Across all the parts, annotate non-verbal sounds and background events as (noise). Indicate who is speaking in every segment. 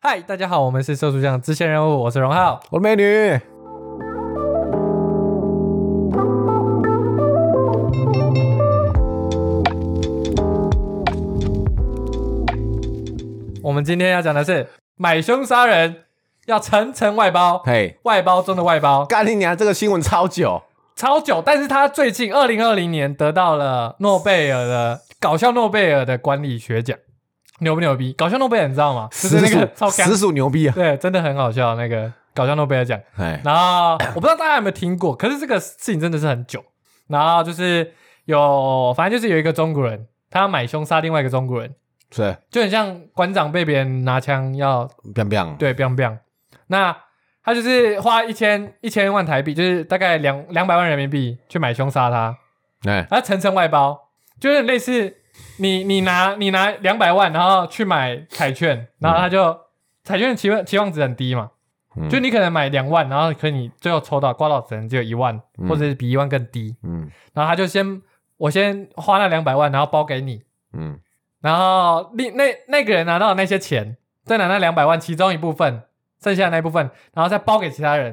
Speaker 1: 嗨，大家好，我们是社畜酱支线任务，我是荣浩。
Speaker 2: 我的美女，
Speaker 1: 我们今天要讲的是买凶杀人，要层层外包，
Speaker 2: 嘿，
Speaker 1: 外包中的外包，
Speaker 2: 干你娘！这个新闻超久，
Speaker 1: 超久。但是他最近二零二零年得到了诺贝尔的搞笑诺贝尔的管理学奖，牛不牛逼？搞笑诺贝尔你知道吗？就是那个超
Speaker 2: 实属
Speaker 1: 干
Speaker 2: 实，属牛逼啊！
Speaker 1: 对，真的很好笑那个搞笑诺贝尔奖。
Speaker 2: 哎，
Speaker 1: 然后我不知道大家有没有听过，可是这个事情真的是很久。然后就是有，反正就是有一个中国人，他买凶杀另外一个中国人，
Speaker 2: 是
Speaker 1: 就很像馆长被别人拿枪要
Speaker 2: ，biang biang，
Speaker 1: 对 biang biang。那他就是花一千一千万台币，就是大概两两百万人民币去买凶杀他，
Speaker 2: 哎，
Speaker 1: 然后层层外包，就是类似你你拿你拿两百万，然后去买彩券，然后他就、彩券的期望期望值很低嘛，
Speaker 2: 嗯
Speaker 1: 就你可能买两万，然后可你最后抽到刮到只能只有一万，
Speaker 2: 嗯
Speaker 1: 或者是比一万更低，
Speaker 2: 嗯
Speaker 1: 然后他就先我先花那两百万，然后包给你，
Speaker 2: 嗯，
Speaker 1: 然后另那那个人拿到的那些钱，再拿那两百万其中一部分，剩下的那部分，然后再包给其他人，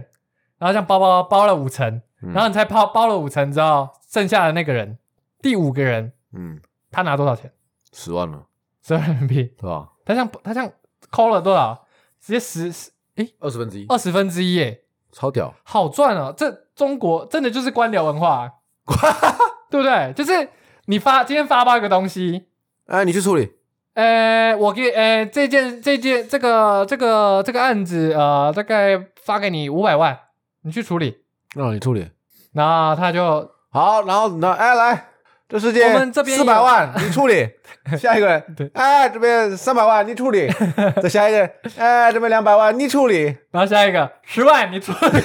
Speaker 1: 然后这样包包包包了五层，
Speaker 2: 嗯
Speaker 1: 然后你才包包了五层之后，剩下的那个人第五个人
Speaker 2: 嗯，
Speaker 1: 他拿多少钱？
Speaker 2: 十万了，
Speaker 1: 十万人民币，
Speaker 2: 对吧？
Speaker 1: 他像他像抠了多少？直接十十
Speaker 2: 二十分之一，
Speaker 1: 二十分之一耶，
Speaker 2: 超屌，
Speaker 1: 好赚哦！这中国真的就是官僚文化、啊对不对？就是你发今天发包一个东西，
Speaker 2: 哎，你去处理，
Speaker 1: 呃，我给呃这件这件这个这个这个案子呃大概发给你五百万，你去处理。
Speaker 2: 让啊你处理，
Speaker 1: 然后他就
Speaker 2: 好，然后呢，哎，来，这世界
Speaker 1: 我们这边有
Speaker 2: 四百万，你
Speaker 1: (laughs)
Speaker 2: 处理，下一个
Speaker 1: 对
Speaker 2: 人，哎，这边三百万，你处
Speaker 1: (laughs)
Speaker 2: 理，再下一个人，哎，这边两百万，你处理，
Speaker 1: 然后下一个十万你处理，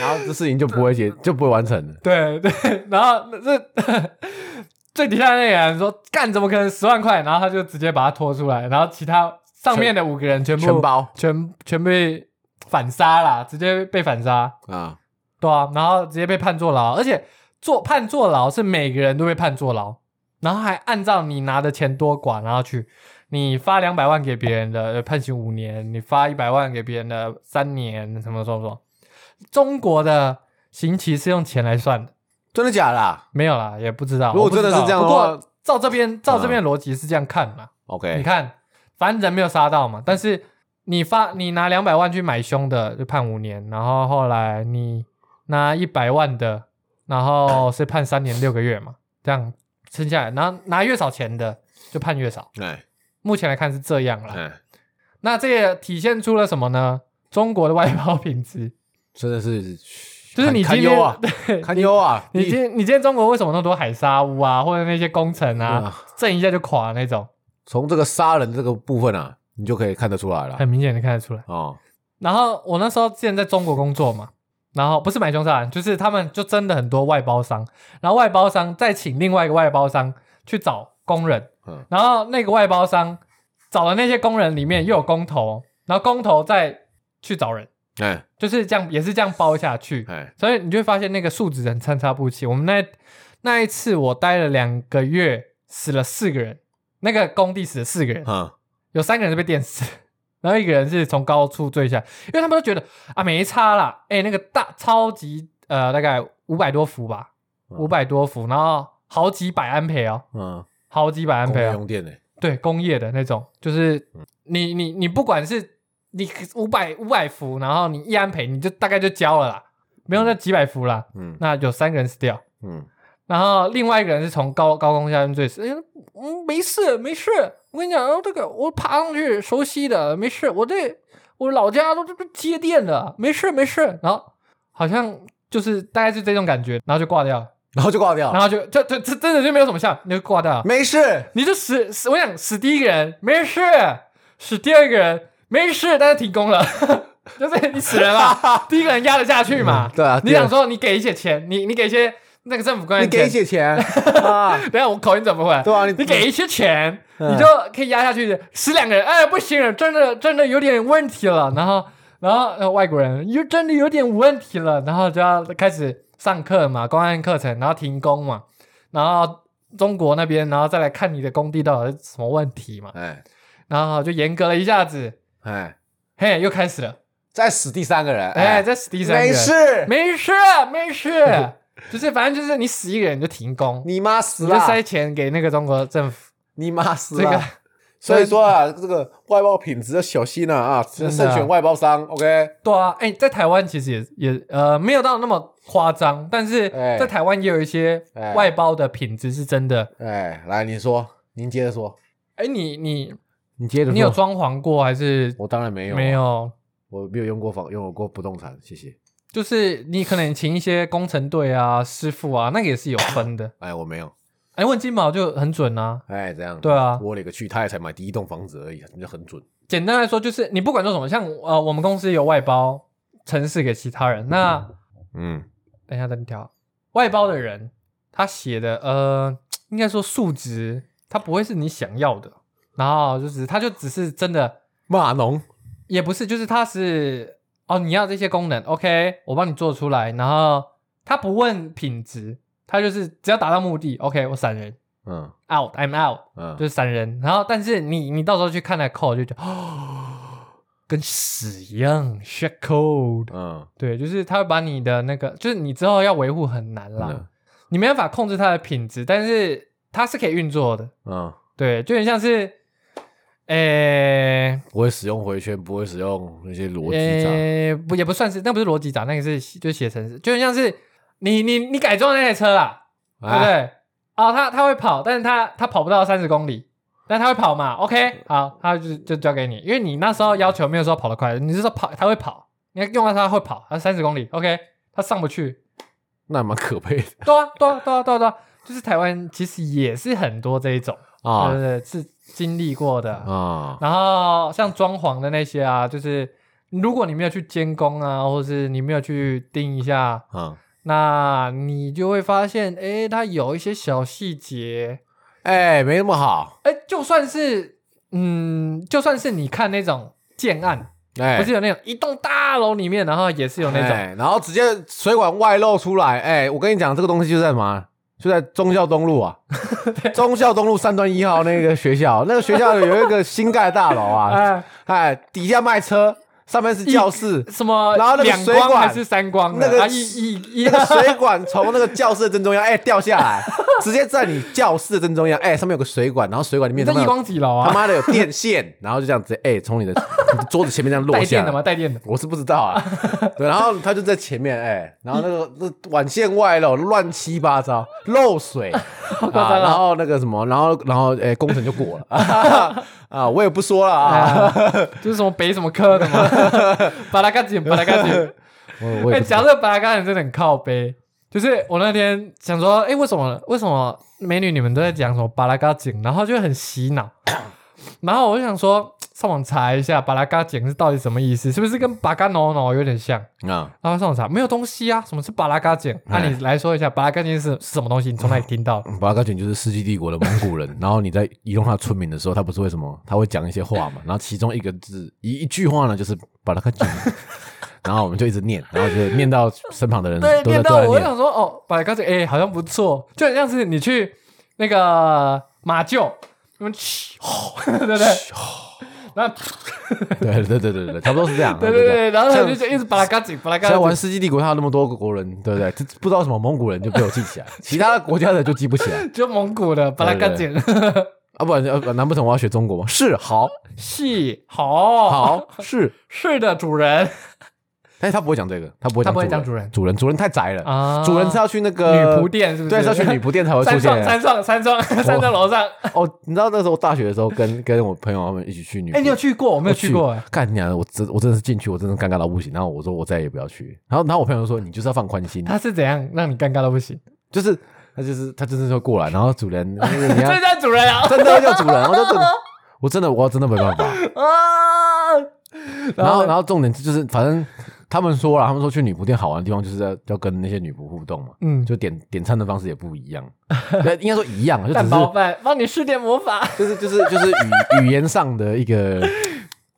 Speaker 2: 然后这事情就不会结，就不会完成了，
Speaker 1: (laughs) 对对，然后那这最底下那个人说干怎么可能十万块？然后他就直接把他拖出来，然后其他上面的五个人全部
Speaker 2: 全包
Speaker 1: 全全被反杀啦，直接被反杀，
Speaker 2: 啊，
Speaker 1: 对啊，然后直接被判坐牢，而且坐判坐牢是每个人都被判坐牢，然后还按照你拿的钱多寡，然后去你发两百万给别人的呃判刑五年，你发一百万给别人的三年，什么什么什么，中国的刑期是用钱来算的，
Speaker 2: 真的假的啊
Speaker 1: 没有啦，也不知道。
Speaker 2: 如果
Speaker 1: 我不知道
Speaker 2: 真的是这样的
Speaker 1: 不
Speaker 2: 话嗯
Speaker 1: 过照这边照这边的逻辑是这样看嘛，
Speaker 2: ？OK，
Speaker 1: 你看，反正人没有杀到嘛，但是你发你拿两百万去买凶的就判五年，然后后来你拿一百万的，然
Speaker 2: (laughs)
Speaker 1: 后是判三年六个月嘛，这样剩下来，然后拿越少钱的就判越少。
Speaker 2: 哎
Speaker 1: 目前来看是这样啦。
Speaker 2: 哎，
Speaker 1: 那这也体现出了什么呢？中国的外包品质，
Speaker 2: 真的是，
Speaker 1: 就是你
Speaker 2: 堪
Speaker 1: 今
Speaker 2: 堪忧啊
Speaker 1: 天，，对
Speaker 2: (laughs) 堪忧啊！
Speaker 1: 你今天你今天中国为什么那么多海沙屋啊，或者那些工程
Speaker 2: 对
Speaker 1: 啊
Speaker 2: 啊，
Speaker 1: 震一下就垮那种，
Speaker 2: 从这个杀人这个部分啊，你就可以看得出来了
Speaker 1: 很明显的看得出来。
Speaker 2: 哦，
Speaker 1: 然后我那时候之前在中国工作嘛，然后不是买凶杀人，就是他们就真的很多外包商，然后外包商再请另外一个外包商去找工人，
Speaker 2: 嗯
Speaker 1: 然后那个外包商找的那些工人里面又有工头，哦然后工头再去找人，
Speaker 2: 哎
Speaker 1: 就是这样，也是这样包下去，
Speaker 2: 哎，
Speaker 1: 所以你就会发现那个数值很参差不齐。我们那那一次我待了两个月，死了四个人，那个工地死了四个人，
Speaker 2: 嗯，
Speaker 1: 有三个人是被电死，然后一个人是从高处坠下，因为他们都觉得啊没差啦，哎、那个大超级呃大概五百多伏吧，
Speaker 2: 嗯
Speaker 1: 五百多伏，然后好几百安培哦，
Speaker 2: 嗯，
Speaker 1: 好几百安
Speaker 2: 工
Speaker 1: 培
Speaker 2: 业
Speaker 1: 哦，
Speaker 2: 用嗯电呢？
Speaker 1: 对，工业的那种，就是你你你不管是你五百五百伏，然后你一安培你就大概就交了啦，没有那几百伏啦，
Speaker 2: 嗯
Speaker 1: 那有三个人死掉。
Speaker 2: 嗯，
Speaker 1: 然后另外一个人是从高高空下面坠死，哎嗯，没事没事，我跟你讲，哦，这个我爬上去熟悉的，没事，我这我老家都这都接电的，没事没事。然后好像就是大概是这种感觉，然后就挂掉了，
Speaker 2: 然后就挂掉
Speaker 1: 然，后就就就这真的就没有什么效，你就挂掉了，
Speaker 2: 没事，
Speaker 1: 你就死死，我想死第一个人没事，死第二个人没事，但是停工了。 (laughs) 就是你死人
Speaker 2: (laughs)
Speaker 1: 嘛，第一个人压得下去嘛
Speaker 2: 嗯？对啊
Speaker 1: 你
Speaker 2: 第二
Speaker 1: 想说你给一些钱，你你给一些那个政府官
Speaker 2: 你
Speaker 1: 员
Speaker 2: 给
Speaker 1: 钱
Speaker 2: 一，些钱
Speaker 1: (laughs)
Speaker 2: 啊，
Speaker 1: 等一下我口音怎么回来？
Speaker 2: 对啊，你
Speaker 1: 你给一些钱，
Speaker 2: 嗯
Speaker 1: 你就可以压下去死两个人。哎，不行了，真的真的有点问题了。然后，然后、呃、外国人又真的有点问题了，然后就要开始上课嘛，公安课程，然后停工嘛，然后中国那边，然后再来看你的工地到底是什么问题嘛。
Speaker 2: 哎，
Speaker 1: 然后就严格了一下子，
Speaker 2: 哎，
Speaker 1: 嘿，又开始了，
Speaker 2: 再死第三个人，
Speaker 1: 哎，再死第三个
Speaker 2: 没
Speaker 1: 人，
Speaker 2: 事，
Speaker 1: 没事，没事， (laughs) 就是反正就是你死一个人就停工，
Speaker 2: 你妈死
Speaker 1: 你就
Speaker 2: 了，
Speaker 1: 塞钱给那个中国政府，
Speaker 2: 你妈死
Speaker 1: 这个
Speaker 2: 了。 (laughs) 所以
Speaker 1: (laughs)
Speaker 2: 说啊，这个外包品质要小心了啊，
Speaker 1: 的
Speaker 2: 慎选外包商。OK，
Speaker 1: 对啊，哎、在台湾其实也也呃没有到那么夸张，但是
Speaker 2: 哎
Speaker 1: 在台湾也有一些
Speaker 2: 哎
Speaker 1: 外包的品质是真的。
Speaker 2: 哎，来，您说，您接着说，
Speaker 1: 哎、你你
Speaker 2: 你接着说。
Speaker 1: 你有装潢过还是
Speaker 2: 我当然没有，啊
Speaker 1: 没，有？啊
Speaker 2: 我没有用过房，拥有过不动产，谢谢。
Speaker 1: 就是你可能请一些工程队啊、师傅啊，那个也是有分 (coughs) 的。
Speaker 2: 哎，我没有，
Speaker 1: 哎、问金毛就很准啊。
Speaker 2: 哎，这样。
Speaker 1: 对啊
Speaker 2: 我勒个去，他也才买第一栋房子而已，你就很准。
Speaker 1: 简单来说，就是你不管做什么，像呃，我们公司有外包城市给其他人。那
Speaker 2: 嗯，
Speaker 1: 等一下，等你调外包的人，他写的呃，应该说数值，他不会是你想要的。然后就只是他就只是真的
Speaker 2: 码农，
Speaker 1: 也不是，就是他是哦，你要这些功能，OK，我帮你做出来。然后他不问品质，他就是只要达到目的，OK，我闪人
Speaker 2: 嗯
Speaker 1: ，out，I'm out，
Speaker 2: 嗯，
Speaker 1: 就是闪人。然后但是你你到时候去看那 code 就觉得哦，跟屎一样 s h i t code。
Speaker 2: 嗯，
Speaker 1: 对，就是他会把你的那个，就是你之后要维护很难啦，
Speaker 2: 嗯
Speaker 1: 你没办法控制它的品质，但是它是可以运作的。
Speaker 2: 嗯，
Speaker 1: 对，就很像是，诶、
Speaker 2: 不会使用回圈，不会使用那些逻辑闸。
Speaker 1: 诶、不也不算是，那不是逻辑闸，那个是就是写程式，就很像是你你你改装的那台车啦，对不
Speaker 2: 哎
Speaker 1: 对？哦，它它会跑，但是它它跑不到三十公里，但它会跑嘛？OK，好，它就就交给你，因为你那时候要求没有说跑得快，你是说跑它会跑，你要用到它会跑，它三十公里，OK，它上不去，
Speaker 2: 那蛮可悲的
Speaker 1: 对啊，对啊，对啊，对啊，对啊，就是台湾其实也是很多这一种，对
Speaker 2: 啊
Speaker 1: 对对，是经历过的。
Speaker 2: 啊！
Speaker 1: 然后像装潢的那些啊，就是如果你没有去监工啊，或是你没有去盯一下，
Speaker 2: 嗯，
Speaker 1: 那你就会发现，哎，它有一些小细节，
Speaker 2: 哎，没那么好，
Speaker 1: 哎，就算是嗯，就算是你看那种建案，
Speaker 2: 哎，
Speaker 1: 不是有那种一栋大楼里面，然后也是有那种，
Speaker 2: 哎然后直接水管外露出来。哎，我跟你讲，这个东西就在什么？啊就在忠孝东
Speaker 1: (laughs)
Speaker 2: 路啊，忠孝东路三段一号那个学校，那个学校有一个新盖大楼
Speaker 1: (laughs)
Speaker 2: 啊，
Speaker 1: 哎，
Speaker 2: 哎，底下卖车，上面是教室，
Speaker 1: 什么
Speaker 2: 然后那个
Speaker 1: 两
Speaker 2: 水
Speaker 1: 光还
Speaker 2: 管
Speaker 1: 是三光的，
Speaker 2: 那个
Speaker 1: 啊一一一
Speaker 2: 那个水管从那个教室的正中央哎掉
Speaker 1: (laughs)
Speaker 2: 下来，直接在你教室的正中央哎上面有个水管，然后水管里
Speaker 1: 你
Speaker 2: 面
Speaker 1: 在 (laughs)
Speaker 2: 他妈
Speaker 1: 一
Speaker 2: 有
Speaker 1: 光几楼
Speaker 2: 他
Speaker 1: 啊？
Speaker 2: 妈的有电线，然后就这样子哎从你的你的桌子前面这样落
Speaker 1: 带
Speaker 2: 下
Speaker 1: 电的
Speaker 2: 来
Speaker 1: 吗？。带电的。
Speaker 2: 我是不知道啊，
Speaker 1: (laughs)
Speaker 2: 对，然后他就在前面，哎、然后那个那管线外露，乱七八糟，漏
Speaker 1: (laughs)
Speaker 2: 水
Speaker 1: 夸张
Speaker 2: 啊，
Speaker 1: 哦
Speaker 2: 然后那个什么，然后然后哎、工程就过了
Speaker 1: (laughs)
Speaker 2: 啊我也不说了啊， (laughs)
Speaker 1: 啊，就是什么北什么科的嘛，巴拉嘎紧，巴拉嘎紧。
Speaker 2: 我我
Speaker 1: 哎，
Speaker 2: 也不
Speaker 1: 讲这个巴拉嘎紧真的很靠背。就是我那天想说，哎，为什么为什么美女你们都在讲什么巴拉嘎紧，然后就很洗
Speaker 2: (coughs)
Speaker 1: 脑。然后我就想说，上网查一下巴拉嘎紧是到底什么意思，是不是跟巴嘎诺诺有点像？
Speaker 2: 啊，
Speaker 1: 然后上网查，没有东西啊，什么是巴拉嘎紧？那、
Speaker 2: 哎
Speaker 1: 你来说一下，巴拉嘎紧是是什么东西？你从哪里听到的？
Speaker 2: 巴拉嘎卷就是世纪帝国的蒙古
Speaker 1: (laughs)
Speaker 2: 人，然后你在移动他的村民的时候，他不是为什么他会讲一些话嘛，然后其中一个字一一句话呢就是巴拉
Speaker 1: (laughs)
Speaker 2: 嘎卷，然后我们就一直念，然后就念到身旁的人
Speaker 1: 对，
Speaker 2: 嗯都在
Speaker 1: 念
Speaker 2: 都
Speaker 1: 到
Speaker 2: 在
Speaker 1: 我就
Speaker 2: 念，
Speaker 1: 想说，哦，把刚才哎，好像不错，就很像是你去那个马厩，你们嘘， (laughs) 吼对不对？然
Speaker 2: (laughs)
Speaker 1: 后
Speaker 2: 对对对对对，差不多是这样，
Speaker 1: 对对对，然后
Speaker 2: 这
Speaker 1: 他
Speaker 2: 样
Speaker 1: 们就一直把它嘎紧，把它嘎
Speaker 2: 虽然玩
Speaker 1: 紧。
Speaker 2: 《世纪帝国》，它有那么多个国人，对不对？这不知道什么蒙古人就被我记起来，其他的国家的就记不起来
Speaker 1: 就蒙古的，把它嘎紧， (laughs)
Speaker 2: 啊！不然呃，难不成我要学中国吗？是好，
Speaker 1: 是好
Speaker 2: 好是，
Speaker 1: 是的，主人
Speaker 2: 但是他不会讲这个，他不会
Speaker 1: 他不会
Speaker 2: 讲
Speaker 1: 讲主人
Speaker 2: 主人主人太宅了，
Speaker 1: 啊，
Speaker 2: 主人是要去那
Speaker 1: 女
Speaker 2: 个
Speaker 1: 仆，店，是不是？
Speaker 2: 对，是要去女仆店才会出
Speaker 1: (laughs) 山上山
Speaker 2: 现。
Speaker 1: 上山上山上楼上，
Speaker 2: 哦，你知道那时候大学的时候，跟跟我朋友他们一起去女仆，
Speaker 1: 哎，你有去过？我没有
Speaker 2: 我
Speaker 1: 去过，哎，
Speaker 2: 干你娘！我真我真的是进去，我真的尴尬到不行。然后我说我再也不要去。然后然后我朋友说你就是要放宽心，
Speaker 1: 他是怎样让你尴尬到不行？
Speaker 2: 就是他就是他真的就过来，然后
Speaker 1: (laughs)
Speaker 2: 主人你要
Speaker 1: 这叫主人啊
Speaker 2: 真的叫主人，我就真
Speaker 1: (laughs)
Speaker 2: 的，我真的我真的没办法。
Speaker 1: 啊！
Speaker 2: 然后然后重点就是，反正他们说了，他们说去女仆店好玩的地方就是要要跟那些女仆互动嘛，
Speaker 1: 嗯，
Speaker 2: 就点点餐的方式也不一样， (laughs) 对应该说一样，就
Speaker 1: (laughs)
Speaker 2: 只
Speaker 1: 蛋
Speaker 2: 是
Speaker 1: 包饭，帮你试点魔法。
Speaker 2: 就是就是就是语语言上的一个，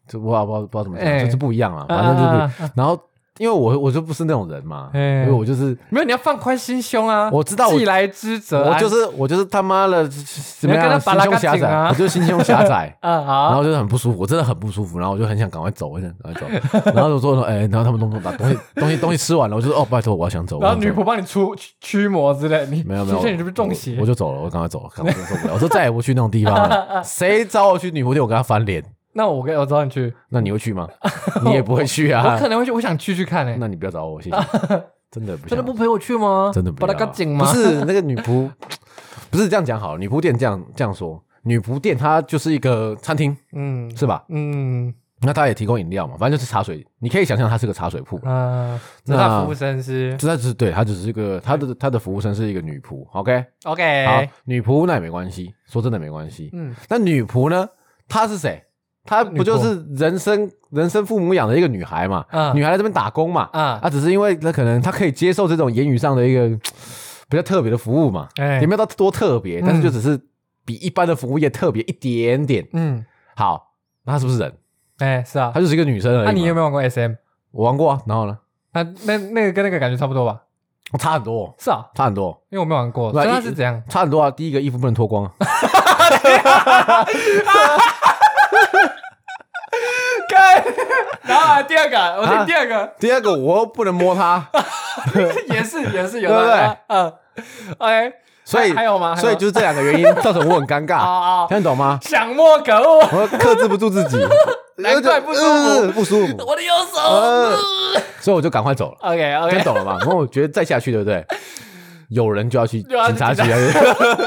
Speaker 2: 就我不知道不知道不知道怎么
Speaker 1: 哎啊
Speaker 2: 讲，就是不一样啊，反正就是不一样。然后因为我我就不是那种人嘛，因
Speaker 1: 哎
Speaker 2: 为我就是
Speaker 1: 没有，你要放宽心胸啊！
Speaker 2: 我知道我
Speaker 1: 既来之则
Speaker 2: 我
Speaker 1: 安
Speaker 2: 就是我就是他妈的怎么
Speaker 1: 你要跟
Speaker 2: 样，
Speaker 1: 他
Speaker 2: 心
Speaker 1: 巴拉
Speaker 2: 胸
Speaker 1: 干
Speaker 2: 狭
Speaker 1: 净
Speaker 2: 窄，
Speaker 1: 啊。
Speaker 2: 我就是心胸狭窄
Speaker 1: 嗯
Speaker 2: 然
Speaker 1: 好，
Speaker 2: 后就是很不舒服，我真的很不舒服，然后我就很想赶快走，我想赶快走。 (laughs) 然后我说，哎、然后他们都把东西 (laughs) 东西东西吃完了，我就说，哦，拜托，我要想走。
Speaker 1: 然后
Speaker 2: 我想
Speaker 1: 女
Speaker 2: 走
Speaker 1: 仆帮你出驱驱魔之类，你
Speaker 2: 没有没有，
Speaker 1: 出现你是不是中邪
Speaker 2: 我？我就走了，我赶快走了，我受不了，我说再也不去那种地方了。谁找我去女仆店，我跟他翻脸，
Speaker 1: 那我跟我找你去，
Speaker 2: 那你会去
Speaker 1: (laughs)
Speaker 2: 吗？你也不会去啊
Speaker 1: 我。可能会去，我想去去看诶。
Speaker 2: (laughs) 那你不要找我，
Speaker 1: (laughs)
Speaker 2: 谢谢。真的不想
Speaker 1: 真的不陪我去吗？
Speaker 2: 真的不
Speaker 1: 把
Speaker 2: 要
Speaker 1: 它赶紧吗？
Speaker 2: 不是那个女仆，不是这样讲好了，女仆店这样这样说，女仆店它就是一个餐厅
Speaker 1: 嗯
Speaker 2: 是吧？
Speaker 1: 嗯
Speaker 2: 那它也提供饮料嘛，反正就是茶水，你可以想象它是个茶水铺。
Speaker 1: 啊，那
Speaker 2: 那
Speaker 1: 他服务生是
Speaker 2: 就它只是对，它只是一个它的它的服务生是一个女仆，OK，好
Speaker 1: OK，，
Speaker 2: 女仆那也没关系，说真的没关系，
Speaker 1: 嗯，
Speaker 2: 那女仆呢？她是谁？她不就是人生人生父母养的一个女孩嘛？
Speaker 1: 嗯
Speaker 2: 女孩在这边打工嘛？啊
Speaker 1: 嗯
Speaker 2: 她只是因为她可能她可以接受这种言语上的一个比较特别的服务嘛，
Speaker 1: 哎
Speaker 2: 也没有到多特别，
Speaker 1: 嗯
Speaker 2: 但是就只是比一般的服务业特别一点点。
Speaker 1: 嗯，
Speaker 2: 好，那她是不是人？
Speaker 1: 哎是啊
Speaker 2: 她，就是一个女生而已嘛。
Speaker 1: 那你有没有玩过 SM？
Speaker 2: 我玩过啊？然后呢？
Speaker 1: 那那那个跟那个感觉差不多吧？
Speaker 2: 差很多，
Speaker 1: 是啊，
Speaker 2: 差很多，
Speaker 1: 因为我没有玩过，
Speaker 2: 对
Speaker 1: 所以
Speaker 2: 啊
Speaker 1: 它
Speaker 2: 一
Speaker 1: 是怎样？
Speaker 2: 差很多啊！第一个衣服不能脱光啊，
Speaker 1: 干， (laughs) 然后第二个，我
Speaker 2: 啊
Speaker 1: 听第二个
Speaker 2: 第二个我又不能
Speaker 1: (laughs)
Speaker 2: 摸她，
Speaker 1: 也是也是有
Speaker 2: 对不对
Speaker 1: 的，嗯，OK，
Speaker 2: 所以
Speaker 1: 还还有吗？还
Speaker 2: 所以
Speaker 1: 吗
Speaker 2: 就是这两个原因造成我很尴
Speaker 1: 啊 (laughs)
Speaker 2: 尬，
Speaker 1: 啊，
Speaker 2: 听得懂吗？
Speaker 1: 想摸可恶，
Speaker 2: 我克制不住自己，
Speaker 1: (laughs) 难怪不舒服
Speaker 2: 呃不舒服，
Speaker 1: 我的右手 (laughs)
Speaker 2: 呃所以我就赶快走了，
Speaker 1: ，OK
Speaker 2: 真
Speaker 1: OK，
Speaker 2: 懂了吗？然后我觉得再下去，对不对？有人就要去
Speaker 1: (laughs) 就要去
Speaker 2: 警察局啊
Speaker 1: 警
Speaker 2: (laughs) 了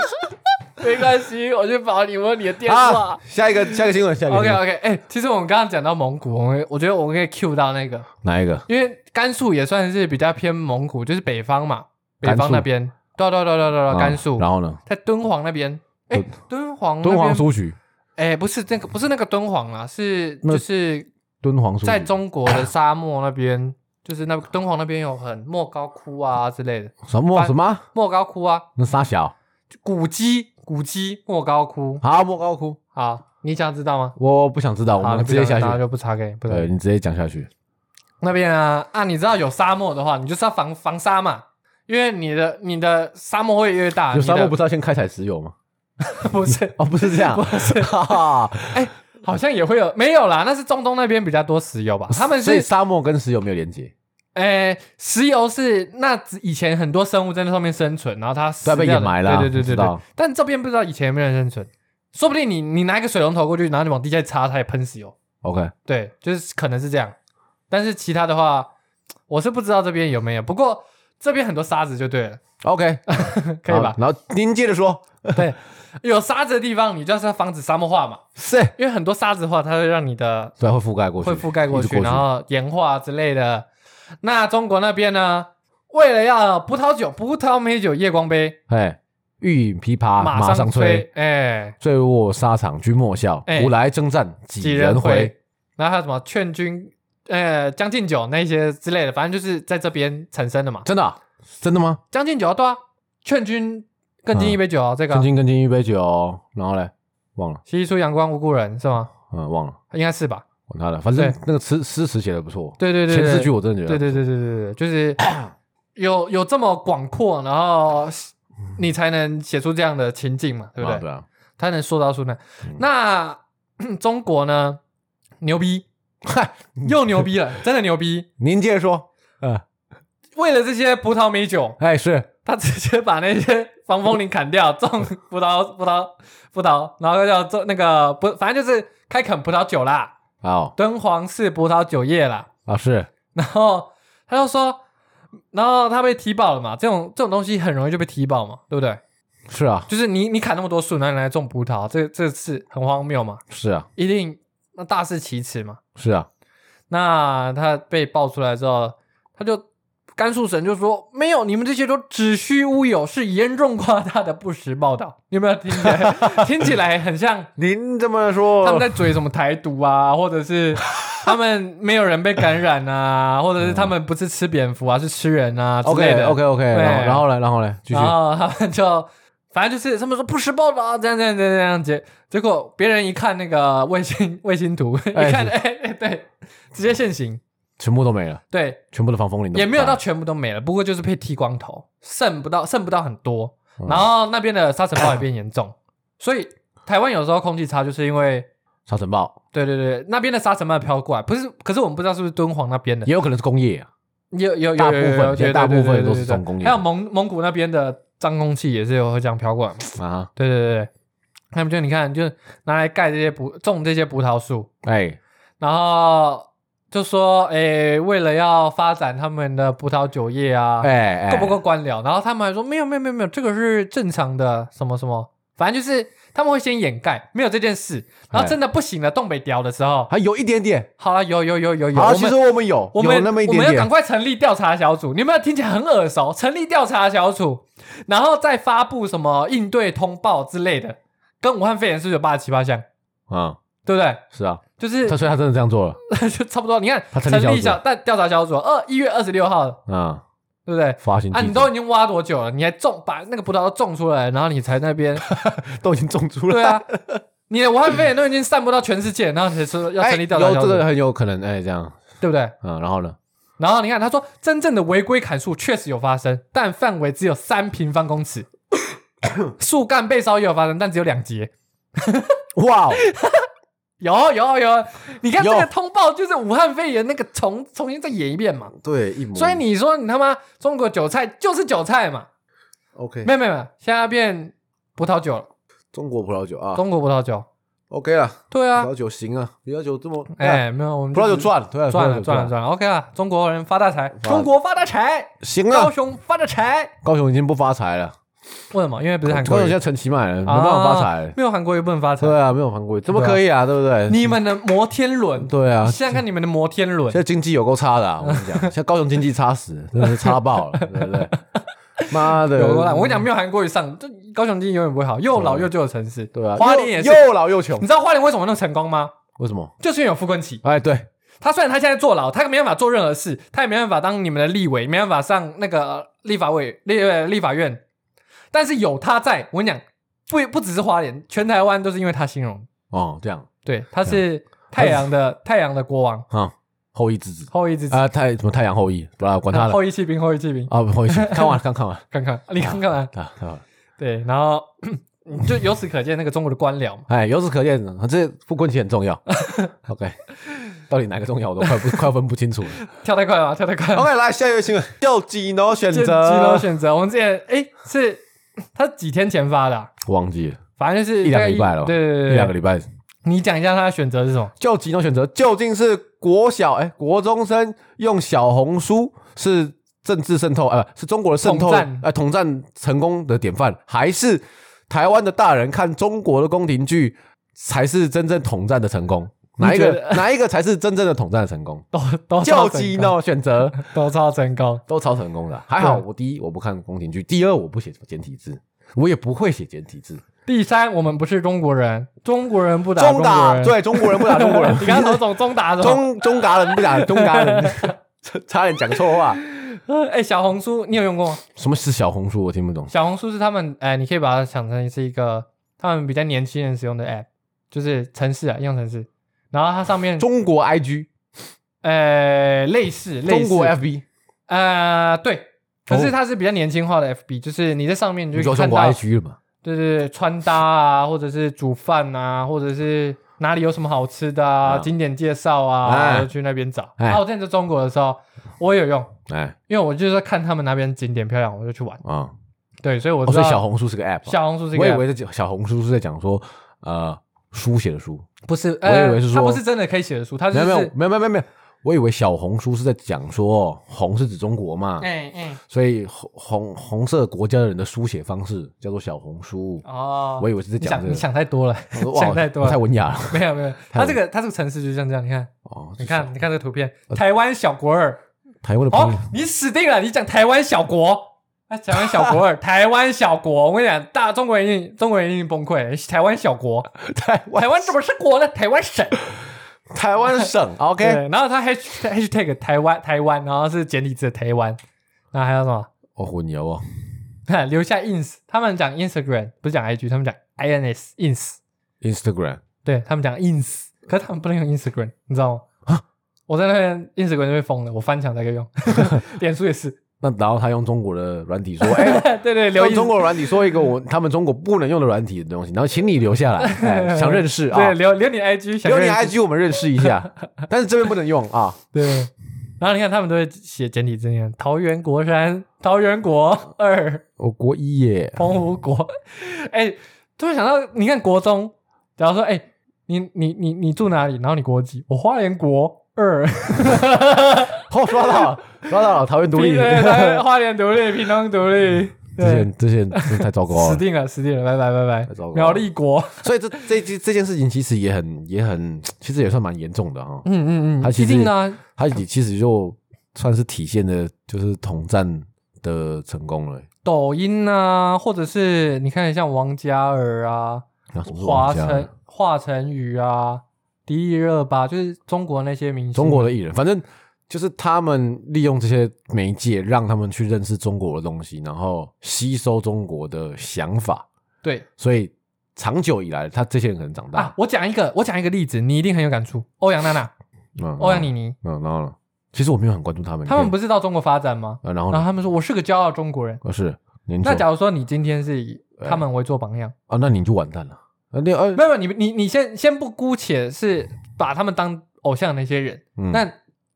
Speaker 1: 没关系，我去保你我有你的电
Speaker 2: 啊
Speaker 1: 话。！
Speaker 2: 下一个，下一个新闻，下一个
Speaker 1: OK
Speaker 2: 新闻
Speaker 1: OK，哎、其实我们刚刚讲到蒙古，我们我觉得我们可以 Q 到那个，
Speaker 2: 哪一个？
Speaker 1: 因为甘肃也算是比较偏蒙古，就是北方嘛，北
Speaker 2: 甘肃
Speaker 1: 方那边，对啊对啊对啊对啊对啊，
Speaker 2: 啊
Speaker 1: 甘肃，
Speaker 2: 然后呢？
Speaker 1: 在敦煌那边，哎、
Speaker 2: 敦
Speaker 1: 敦煌
Speaker 2: 敦煌
Speaker 1: 书，
Speaker 2: 书局，
Speaker 1: 哎、不是那个不是那个敦煌啊，是
Speaker 2: 那
Speaker 1: 就是
Speaker 2: 敦煌书局
Speaker 1: 在中国的沙漠那边， (coughs) 就是那敦煌那边有很莫高窟啊之类的，
Speaker 2: 什么
Speaker 1: 翻
Speaker 2: 什么？
Speaker 1: 莫高窟啊，
Speaker 2: 那沙小
Speaker 1: 古迹古迹莫高窟，
Speaker 2: 好，莫高窟，
Speaker 1: 好，你想知道吗？
Speaker 2: 我不想知道，我
Speaker 1: 好，
Speaker 2: 们
Speaker 1: 你不
Speaker 2: 直接
Speaker 1: 想
Speaker 2: 下
Speaker 1: 然后
Speaker 2: 去。
Speaker 1: 就不查给你，不查给
Speaker 2: 对
Speaker 1: 你
Speaker 2: 你直接讲下去。
Speaker 1: 那边啊啊，你知道有沙漠的话，你就是要防防沙嘛，因为你的你的沙漠会越大，
Speaker 2: 有沙漠
Speaker 1: 啊
Speaker 2: 不
Speaker 1: 你
Speaker 2: 是要先开采石油吗？
Speaker 1: 的 (laughs) 不是？
Speaker 2: 哦，不是这
Speaker 1: (laughs)
Speaker 2: 样，
Speaker 1: 不
Speaker 2: (laughs)
Speaker 1: 是
Speaker 2: 哈哈
Speaker 1: 哎、好像也会有没有啦？那是中东那边比较多石油吧？他们
Speaker 2: 所以
Speaker 1: 是
Speaker 2: 沙漠跟石油没有连接，
Speaker 1: 哎、石油是那只以前很多生物在那上面生存，然后它死
Speaker 2: 对啊被
Speaker 1: 掉
Speaker 2: 掩埋了啊
Speaker 1: 对对
Speaker 2: 我知
Speaker 1: 对对
Speaker 2: 道
Speaker 1: 对。但这边不知道以前有没有人生存，说不定你你拿一个水龙头过去，然后你往地下插，它也喷石油。
Speaker 2: OK，
Speaker 1: 对，就是可能是这样。但是其他的话，我是不知道这边有没有。不过这边很多沙子就对了， (laughs)
Speaker 2: OK，
Speaker 1: 可以吧
Speaker 2: 好？然后您接着说，
Speaker 1: 对，有沙子的地方，你就是要防止沙漠化嘛，
Speaker 2: 是，
Speaker 1: 因为很多沙子化，它会让你的
Speaker 2: 对，会覆盖过去，
Speaker 1: 会覆盖过
Speaker 2: 一直
Speaker 1: 去，然后盐化之类的。那中国那边呢？为了要葡萄酒、葡萄美酒夜光杯
Speaker 2: 哎，欲饮琵琶
Speaker 1: 马
Speaker 2: 啊马上
Speaker 1: 吹
Speaker 2: 催，，
Speaker 1: 哎，
Speaker 2: 醉卧沙场君莫笑，
Speaker 1: 哎
Speaker 2: 古来征战几
Speaker 1: 几
Speaker 2: 人
Speaker 1: 人
Speaker 2: 回
Speaker 1: 回？。然后还有什么劝君，呃，将进酒那些之类的，反正就是在这边产生的嘛。
Speaker 2: 真的啊真的吗？
Speaker 1: 将进酒啊，对啊，劝君更尽一杯酒啊，这个
Speaker 2: 跟
Speaker 1: 啊
Speaker 2: 进跟进一杯酒，然后嘞，忘了，
Speaker 1: 西出阳关无故人是吗？
Speaker 2: 嗯，忘了，
Speaker 1: 应该是吧？
Speaker 2: 管他了，反正
Speaker 1: 对
Speaker 2: 那个词诗词写的不错，
Speaker 1: 对对对，
Speaker 2: 前
Speaker 1: 对
Speaker 2: 四句我真的觉得，
Speaker 1: 对对对对对对，就是有有这么广阔，然后你才能写出这样的情境嘛，对不
Speaker 2: 嗯啊嗯
Speaker 1: 对？
Speaker 2: 对啊，
Speaker 1: 他能塑造出那那 (coughs) 中国呢，牛逼， (laughs)
Speaker 2: 嗨，
Speaker 1: 又牛逼了，真的牛逼！
Speaker 2: 您接着说，嗯，
Speaker 1: 为了这些葡萄美酒，
Speaker 2: 哎是，
Speaker 1: 他直接把那些防风林砍掉，种葡萄葡萄葡萄，然后要种那个不，反正就是开垦葡萄酒啦，
Speaker 2: 好
Speaker 1: 敦煌市葡萄酒业啦。
Speaker 2: 啊是，
Speaker 1: 然后他就说，然后他被踢爆了嘛，这种这种东西很容易就被踢爆嘛，对不对？
Speaker 2: 是啊
Speaker 1: 就是你你砍那么多树，然后你来种葡萄，这这是很荒谬嘛，
Speaker 2: 是啊
Speaker 1: 一定那大势其词嘛。
Speaker 2: 是啊，
Speaker 1: 那他被爆出来之后，他就 (laughs) 甘肃省就说没有，你们这些都子虚乌有，是严重夸大的不实报道。 (laughs) 你有没有听起来听起来很
Speaker 2: (laughs)
Speaker 1: 像
Speaker 2: 您这么说
Speaker 1: 他们在嘴什么台独啊，或者是 (laughs) 他们没有人被感染
Speaker 2: (laughs)
Speaker 1: 啊，或者
Speaker 2: 嗯
Speaker 1: 是他们不是吃蝙蝠啊，是吃人啊之类
Speaker 2: OK
Speaker 1: 的。哎
Speaker 2: OK OK，
Speaker 1: 对
Speaker 2: 然后然后嘞然后嘞，继续
Speaker 1: 然，后他们就 (laughs) 反正就是他们说不实报道啊，这样这样这样这样结结 (laughs) 哎果别人一看那个卫星卫星图，一看哎哎、对，直接现行。
Speaker 2: 全部都没了，
Speaker 1: 对，
Speaker 2: 全部的防风林都
Speaker 1: 也没有
Speaker 2: 不
Speaker 1: 到
Speaker 2: 在
Speaker 1: 全部都没了，不过就是被剃光头，剩不到剩不到很多。
Speaker 2: 嗯
Speaker 1: 然后那边的沙尘暴也变严
Speaker 2: (coughs)
Speaker 1: 重，所以台湾有时候空气差，就是因为
Speaker 2: 沙尘暴，
Speaker 1: 对对对，那边的沙尘暴飘过来，不是，可是我们不知道是不是敦煌那边的，
Speaker 2: 也有可能是工业啊，
Speaker 1: 有有有
Speaker 2: 大
Speaker 1: 有
Speaker 2: 部
Speaker 1: 有
Speaker 2: 分
Speaker 1: 有有
Speaker 2: 现在
Speaker 1: 有
Speaker 2: 大部分
Speaker 1: 对对对
Speaker 2: 都
Speaker 1: 对
Speaker 2: 是
Speaker 1: 对
Speaker 2: 重工业
Speaker 1: 还有蒙蒙古那边的脏空气也是有会这样飘过来嘛。
Speaker 2: 啊，
Speaker 1: 对对对对，他们就你看，就是拿来盖这些葡种这些葡萄树，
Speaker 2: 哎，
Speaker 1: 然后就说，诶，为了要发展他们的葡萄酒业啊，
Speaker 2: 哎哎，
Speaker 1: 够不够官僚？然后他们还说没有没有没有没有，这个是正常的什么什么，反正就是他们会先掩盖没有这件事，然后真的不行了，东北调的时候，
Speaker 2: 还有一点点，
Speaker 1: 好了，有有有有有，
Speaker 2: 好，
Speaker 1: 我
Speaker 2: 其实
Speaker 1: 们
Speaker 2: 我们有，
Speaker 1: 我们
Speaker 2: 有那么一
Speaker 1: 我
Speaker 2: 点
Speaker 1: 们要赶
Speaker 2: 点，
Speaker 1: 快成立调查小组，你有没有听起来很耳熟？成立调查小组，然后再发布什么应对通报之类的，跟武汉肺炎是不是有八十七八项？
Speaker 2: 嗯，
Speaker 1: 对不对？
Speaker 2: 是啊，
Speaker 1: 就是 (laughs)
Speaker 2: 他所以他真的这样做了，
Speaker 1: 就差不多，你看
Speaker 2: 他成立
Speaker 1: 成立
Speaker 2: 小
Speaker 1: 小但调查小组二一月二十六号，
Speaker 2: 嗯，
Speaker 1: 对不对？
Speaker 2: 发行
Speaker 1: 啊，
Speaker 2: 地
Speaker 1: 你
Speaker 2: 址
Speaker 1: 都已经挖多久了？你还种把那个葡萄都种出来，然后你才那边，
Speaker 2: (laughs) 都已经种出
Speaker 1: 对
Speaker 2: 了， (laughs)
Speaker 1: 啊，你的武汉肺炎都已经散播到全世界，然后你才说要
Speaker 2: 哎
Speaker 1: 成立调查
Speaker 2: 有
Speaker 1: 小
Speaker 2: 这
Speaker 1: 组，
Speaker 2: 个很有可能，哎，这样，
Speaker 1: 对不对？
Speaker 2: 嗯，然后呢，
Speaker 1: 然后你看他说，真正的违规砍树确实有发生，但范围只有三平方公尺，树干被烧也有发生，但只有两节。
Speaker 2: 哇哦，
Speaker 1: 有有有，你看这
Speaker 2: 有
Speaker 1: 个通报就是武汉肺炎那个重重新再演一遍嘛，
Speaker 2: (laughs) 对，一模
Speaker 1: 所以你说你他妈中国韭菜就是韭菜嘛？
Speaker 2: OK
Speaker 1: 没有没有没有，现在变葡萄酒了，
Speaker 2: 中国葡萄酒啊
Speaker 1: 中国葡萄酒。
Speaker 2: ，OK 了，
Speaker 1: 对啊，
Speaker 2: 酒行啊，葡萄酒这么，
Speaker 1: 哎，没有，我们
Speaker 2: 葡萄酒
Speaker 1: 就
Speaker 2: 赚，对啊，
Speaker 1: 赚
Speaker 2: 葡萄
Speaker 1: 了
Speaker 2: 酒
Speaker 1: 赚了，赚了，OK 啊，中国人发大
Speaker 2: (laughs)
Speaker 1: 财，中国发大财，
Speaker 2: 行
Speaker 1: 高
Speaker 2: 了，
Speaker 1: 雄发大财。
Speaker 2: 高雄已经不发财了，
Speaker 1: 为什么？因为不是韩
Speaker 2: 高
Speaker 1: 国
Speaker 2: 雄现
Speaker 1: 瑜，
Speaker 2: 在成期满了，没办法发
Speaker 1: 啊
Speaker 2: 财，
Speaker 1: 没有韩国瑜不能发财。
Speaker 2: 对啊，没有韩国，怎么可以啊，对不对？
Speaker 1: 你们的摩天轮，
Speaker 2: 对啊，
Speaker 1: 现在看你们的摩天轮
Speaker 2: 现，在经济有够差的、啊，我跟
Speaker 1: (laughs)
Speaker 2: 你讲，现在高雄经济差死，真的是差爆了，对不对？妈的，
Speaker 1: 有多烂？我跟你讲，没有韩国瑜上，这高雄经济永远不会好，又老又旧的城市。
Speaker 2: 嗯对啊，
Speaker 1: 花莲也是
Speaker 2: 又。又老又穷
Speaker 1: 你，知道花莲为什么那么成功吗？
Speaker 2: 为什么？
Speaker 1: 就是因为有傅昆奇，
Speaker 2: 哎，对，
Speaker 1: 他虽然他现在坐牢，他没办法做任何事，他也没办法当你们的立委，没办法上那个呃立法委立呃立法院，但是有他在，我跟你讲，不不只是花莲，全台湾都是因为他兴荣，
Speaker 2: 哦，这样
Speaker 1: 对，他是太阳的太阳的国王，
Speaker 2: 啊、后羿之子
Speaker 1: 后羿之子，
Speaker 2: 啊，太什么太阳后羿，不啦，管他
Speaker 1: 啊
Speaker 2: 了
Speaker 1: 后羿弃兵，后羿弃兵，
Speaker 2: 啊，不后羿，看完了，刚看完
Speaker 1: 看看你看看啊，
Speaker 2: 啊，看完了。
Speaker 1: 对，然
Speaker 2: (laughs)
Speaker 1: 后你就由此可见那个中国的官僚嘛，
Speaker 2: 哎，由此可见，这傅昆奇
Speaker 1: (laughs)
Speaker 2: 很重要。OK，到底哪个重要，我都快不快分不清楚了。
Speaker 1: 跳太快了，跳太 (laughs) 快
Speaker 2: (laughs)
Speaker 1: 了，
Speaker 2: OK，来下一位新闻，右吉诺选
Speaker 1: 这几楼选择，我们之前哎是他几天前发的啊、
Speaker 2: 忘记了
Speaker 1: 反正就是
Speaker 2: 一两
Speaker 1: 大
Speaker 2: 个
Speaker 1: 概
Speaker 2: 礼拜了吧，
Speaker 1: 对对对对，
Speaker 2: 一两个礼拜
Speaker 1: 你讲一下他的选择是什么？
Speaker 2: 就几种选择，究竟是国小哎、国中生用小红书是政治渗透，呃，是中国的渗透，
Speaker 1: 统战
Speaker 2: 呃，统战成功的典范，还是台湾的大人看中国的宫廷剧才是真正统战的成功？哪一
Speaker 1: 你觉
Speaker 2: 个 (laughs)
Speaker 1: 得
Speaker 2: 哪一个才是真正的统战的成功？
Speaker 1: 都都 (laughs) 超
Speaker 2: 就
Speaker 1: 成
Speaker 2: 几
Speaker 1: 功，
Speaker 2: 种选择
Speaker 1: 都超成功。
Speaker 2: 都超成功的，啊还好
Speaker 1: 对
Speaker 2: 我第一我不看宫廷剧，第二我不写简体字。我也不会写简体字，
Speaker 1: 第三，我们不是中国人，中国人不打
Speaker 2: 中
Speaker 1: 国
Speaker 2: 打
Speaker 1: 人。 (laughs)，
Speaker 2: 对中国人不打中 (laughs) 国人
Speaker 1: 你刚刚说总 (laughs) 中打什么？
Speaker 2: 中中达人不打中达人， (laughs) 差点讲错话。
Speaker 1: 哎、小红书你有用过吗？
Speaker 2: 什么是小红书？我听不懂。
Speaker 1: 小红书是他们，哎、你可以把它想成是一个他们比较年轻人使用的 app，就是城市啊，应用城市。然后它上面，
Speaker 2: 中国 IG，
Speaker 1: 呃，类似类
Speaker 2: 中
Speaker 1: 似，
Speaker 2: 国 FB，
Speaker 1: 呃，对。可
Speaker 2: 哦
Speaker 1: 是它是比较年轻化的 FB，就是你在上面
Speaker 2: 你
Speaker 1: 你就
Speaker 2: 说
Speaker 1: 会
Speaker 2: 中
Speaker 1: 看
Speaker 2: 国
Speaker 1: 到，
Speaker 2: IG 了嘛？
Speaker 1: 对对对，穿搭啊，或者是煮饭
Speaker 2: (laughs)
Speaker 1: 啊，或者是哪里有什么好吃的啊，
Speaker 2: 嗯
Speaker 1: 景点介绍啊，
Speaker 2: 哎
Speaker 1: 我就去那边找。
Speaker 2: 哎
Speaker 1: 啊，我之前在中国的时候，我也有用，
Speaker 2: 哎
Speaker 1: 因为我就是在看他们那边景点漂亮，我就去玩。
Speaker 2: 啊，
Speaker 1: 对，所以我
Speaker 2: 哦，
Speaker 1: 知
Speaker 2: 所
Speaker 1: 道
Speaker 2: 以小红书是个 app 啊。
Speaker 1: 小红书这个
Speaker 2: 我
Speaker 1: app，
Speaker 2: 以为在讲小红书是在讲说呃书写的书，
Speaker 1: 不是，
Speaker 2: 我以为
Speaker 1: 呃
Speaker 2: 是
Speaker 1: 它
Speaker 2: 说
Speaker 1: 不是真的可以写的书，它
Speaker 2: 没
Speaker 1: 就
Speaker 2: 有
Speaker 1: 是
Speaker 2: 没有没有没有没有没有，我以为小红书是在讲说红是指中国嘛，
Speaker 1: 哎哎
Speaker 2: 所以红红红色国家的人的书写方式叫做小红书。
Speaker 1: 哦，
Speaker 2: 我以为是在
Speaker 1: 你
Speaker 2: 讲
Speaker 1: 想
Speaker 2: 这
Speaker 1: 你
Speaker 2: 个，
Speaker 1: 想太多了 (laughs)
Speaker 2: 我说，
Speaker 1: 想太多
Speaker 2: 我太
Speaker 1: 了，
Speaker 2: 文雅了。
Speaker 1: 没有没有，它这个它这个城市就像这样，你看
Speaker 2: 哦，
Speaker 1: 你看你看这个图片，台湾小国二。
Speaker 2: 台湾的朋
Speaker 1: 哦
Speaker 2: 友，
Speaker 1: 你死定了！你讲台湾小国，啊，台湾小
Speaker 2: (laughs)
Speaker 1: 国二，台湾小国，我跟你讲，大中国人一定中国人一定崩溃。台湾小国，
Speaker 2: 台湾
Speaker 1: 台湾怎么是国呢？台湾省。
Speaker 2: 台湾
Speaker 1: (laughs)
Speaker 2: 省 OK，
Speaker 1: 对，然后他 hash hashtag 台湾台湾，然后是简体字的台湾，然后还有什么？
Speaker 2: 哦，混油哦，
Speaker 1: (laughs) 留下 ins，他们讲 Instagram，不是讲 IG，他们讲 ins ins，
Speaker 2: Instagram
Speaker 1: 对他们讲 ins，可是他们不能用 Instagram，你知道吗？ (gasps) 我在那边 Instagram 就被封了，我翻墙才可以用， (laughs) 脸书也是。 (laughs)
Speaker 2: 那然后他用中国的软体说， (laughs) 哎、
Speaker 1: 对对，留
Speaker 2: 用
Speaker 1: 意
Speaker 2: 中国的软体说一个我他们中国不能用的软体的东西，然后请你留下来，
Speaker 1: (laughs)
Speaker 2: 哎想认识啊
Speaker 1: 对，，留留你 IG，想
Speaker 2: 留你
Speaker 1: 认识
Speaker 2: IG 我们认识一
Speaker 1: (laughs)
Speaker 2: 下，但是这边不能用啊。
Speaker 1: 对。然后你看他们都会写简体字念桃园国三、桃园国二、
Speaker 2: 我国一耶，
Speaker 1: 澎湖国。哎，突然想到，你看国中，假如说，哎，你你你你住哪里？然后你国几？我花莲国二。
Speaker 2: 哦，刷到了， (laughs) 刷到了，桃园独立，
Speaker 1: 对，对花莲独立，屏东独
Speaker 2: (laughs)
Speaker 1: 立，
Speaker 2: 这些人这些人真的太糟糕
Speaker 1: 死
Speaker 2: (laughs) 了。
Speaker 1: 定了，死定了，拜拜拜
Speaker 2: 太糟糕
Speaker 1: 拜，
Speaker 2: 了
Speaker 1: 苗栗国，
Speaker 2: 所以这这这这件事情其实也很也很，其实也算蛮严重的啊哈。
Speaker 1: 嗯嗯
Speaker 2: 他
Speaker 1: 嗯，
Speaker 2: 其
Speaker 1: 一
Speaker 2: 实
Speaker 1: 定的啊，
Speaker 2: 它也其实就算是体现了就是统战的成功了。
Speaker 1: 抖音啊，或者是你看像王嘉尔啊，
Speaker 2: 那什么是
Speaker 1: 华
Speaker 2: 王嘉尔
Speaker 1: 晨华晨宇啊，迪丽热巴，就是中国那些明星，
Speaker 2: 中国的艺人，反正就是他们利用这些媒介，让他们去认识中国的东西，然后吸收中国的想法。
Speaker 1: 对
Speaker 2: 所以长久以来，他这些人可能长大，
Speaker 1: 啊，我讲一个，我讲一个例子，你一定很有感触，欧阳娜娜、
Speaker 2: 嗯，
Speaker 1: 欧阳
Speaker 2: 你，
Speaker 1: 妮妮，
Speaker 2: 嗯，然后呢？其实我没有很关注他们，
Speaker 1: 他们不
Speaker 2: 是，
Speaker 1: 是到中国发展吗？
Speaker 2: 啊、然后
Speaker 1: 然后
Speaker 2: 呢？
Speaker 1: 他们说我是个骄傲中国人。
Speaker 2: 哦是，您
Speaker 1: 那
Speaker 2: 说
Speaker 1: 假如说你今天是以他们为做榜样，
Speaker 2: 啊，那你就完蛋了。啊，你呃，
Speaker 1: 没有，没有你你你先先不姑且是把他们当偶像的那些人，
Speaker 2: 嗯
Speaker 1: 那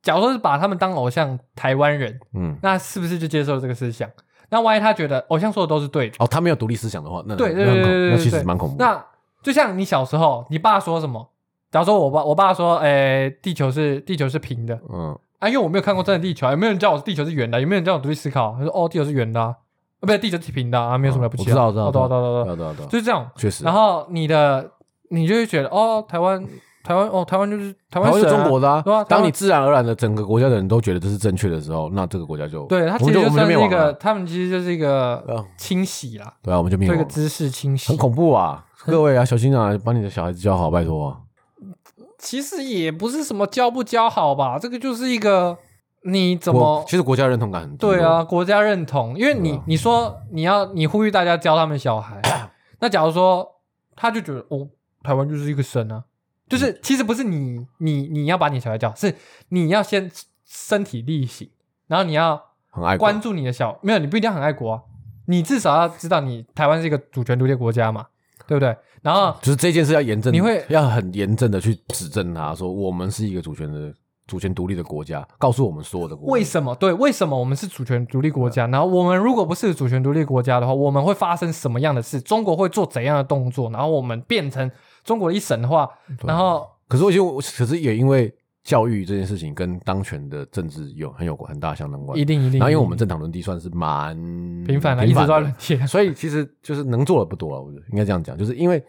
Speaker 1: 假如说是把他们当偶像台湾人，
Speaker 2: 嗯，
Speaker 1: 那是不是就接受这个思想？那万一他觉得偶像说的都是对的，
Speaker 2: 哦，他没有独立思想的话，那
Speaker 1: 对对
Speaker 2: 那很
Speaker 1: 对
Speaker 2: 恐
Speaker 1: 对对
Speaker 2: 那其实
Speaker 1: 对
Speaker 2: 蛮恐怖的。
Speaker 1: 那就像你小时候，你爸说什么？假如说我爸我爸说，诶、地球是地球是平的
Speaker 2: 嗯，
Speaker 1: 啊，因为我没有看过真的地球啊，有没有人叫我地球是圆的？有没有人叫我独立思考？他说哦，地球是圆的啊，啊不对，地球是平的啊，没有什么了不起、啊
Speaker 2: 我知道，我知道，
Speaker 1: 哦
Speaker 2: 我
Speaker 1: 对啊对啊对啊
Speaker 2: 知
Speaker 1: 对啊
Speaker 2: 道，知道，知道
Speaker 1: 就是这样。
Speaker 2: 确实。
Speaker 1: 然后你的你就会觉得哦，台湾台湾哦，台湾就是台湾
Speaker 2: 台湾
Speaker 1: 省
Speaker 2: 是
Speaker 1: 啊
Speaker 2: 中国的
Speaker 1: 对啊
Speaker 2: 啊，
Speaker 1: 台湾
Speaker 2: 当你自然而然的整个国家的人都觉得这是正确的时候，那这个国家就
Speaker 1: 对，它
Speaker 2: 我
Speaker 1: 其
Speaker 2: 们
Speaker 1: 实
Speaker 2: 就我们就
Speaker 1: 算是
Speaker 2: 灭
Speaker 1: 一
Speaker 2: 亡
Speaker 1: 个，
Speaker 2: 了。
Speaker 1: 他们其实就是一
Speaker 2: 对
Speaker 1: 个
Speaker 2: 啊
Speaker 1: 清洗啦，
Speaker 2: 对啊，我们就灭
Speaker 1: 做一
Speaker 2: 亡
Speaker 1: 个
Speaker 2: 了，
Speaker 1: 知识清洗
Speaker 2: 很。恐怖啊！各位啊，小心啊，把你的小孩子教好，拜托啊。
Speaker 1: 其实也不是什么教不教好吧，这个就是一个你怎
Speaker 2: 国
Speaker 1: 么
Speaker 2: 其实国家认同感很低哦
Speaker 1: 对
Speaker 2: 落
Speaker 1: 啊，，国家认同，因为
Speaker 2: 嗯对
Speaker 1: 你
Speaker 2: 啊
Speaker 1: 你说你要你呼吁大家教他们小
Speaker 2: (clears throat)
Speaker 1: 孩，那假如说他就觉得哦，台湾就是一个省啊，
Speaker 2: 嗯
Speaker 1: 就是其实不是你你你要把你小孩教，是你要先身体力行，然后你要
Speaker 2: 很爱国
Speaker 1: 关注你的小，没有，你不一定要很爱国、啊，你至少要知道你台湾是一个主权独立国家嘛，对不对？然后
Speaker 2: 就是这件事要严正，
Speaker 1: 你会
Speaker 2: 要很严正的去指正他，说我们是一个主权的主权独立的国家，告诉我们所有的国
Speaker 1: 为
Speaker 2: 民
Speaker 1: 什么？对，为什么我们是主权独立国
Speaker 2: 嗯
Speaker 1: 家？然后我们如果不是主权独立国家的话，我们会发生什么样的事？中国会做怎样的动作？然后我们变成中国的一省的话，
Speaker 2: 嗯
Speaker 1: 然后
Speaker 2: 可是我觉得我，可是也因为教育这件事情跟当权的政治有很有很大相当关
Speaker 1: 一
Speaker 2: 系。
Speaker 1: 定一定，
Speaker 2: 然后因为我们嗯
Speaker 1: 这
Speaker 2: 政党轮替算是蛮
Speaker 1: 嗯频繁了，啊
Speaker 2: 的，
Speaker 1: 一直都在轮替。
Speaker 2: 所以其实就是能做的不多了，我觉得应该这样讲，就是因为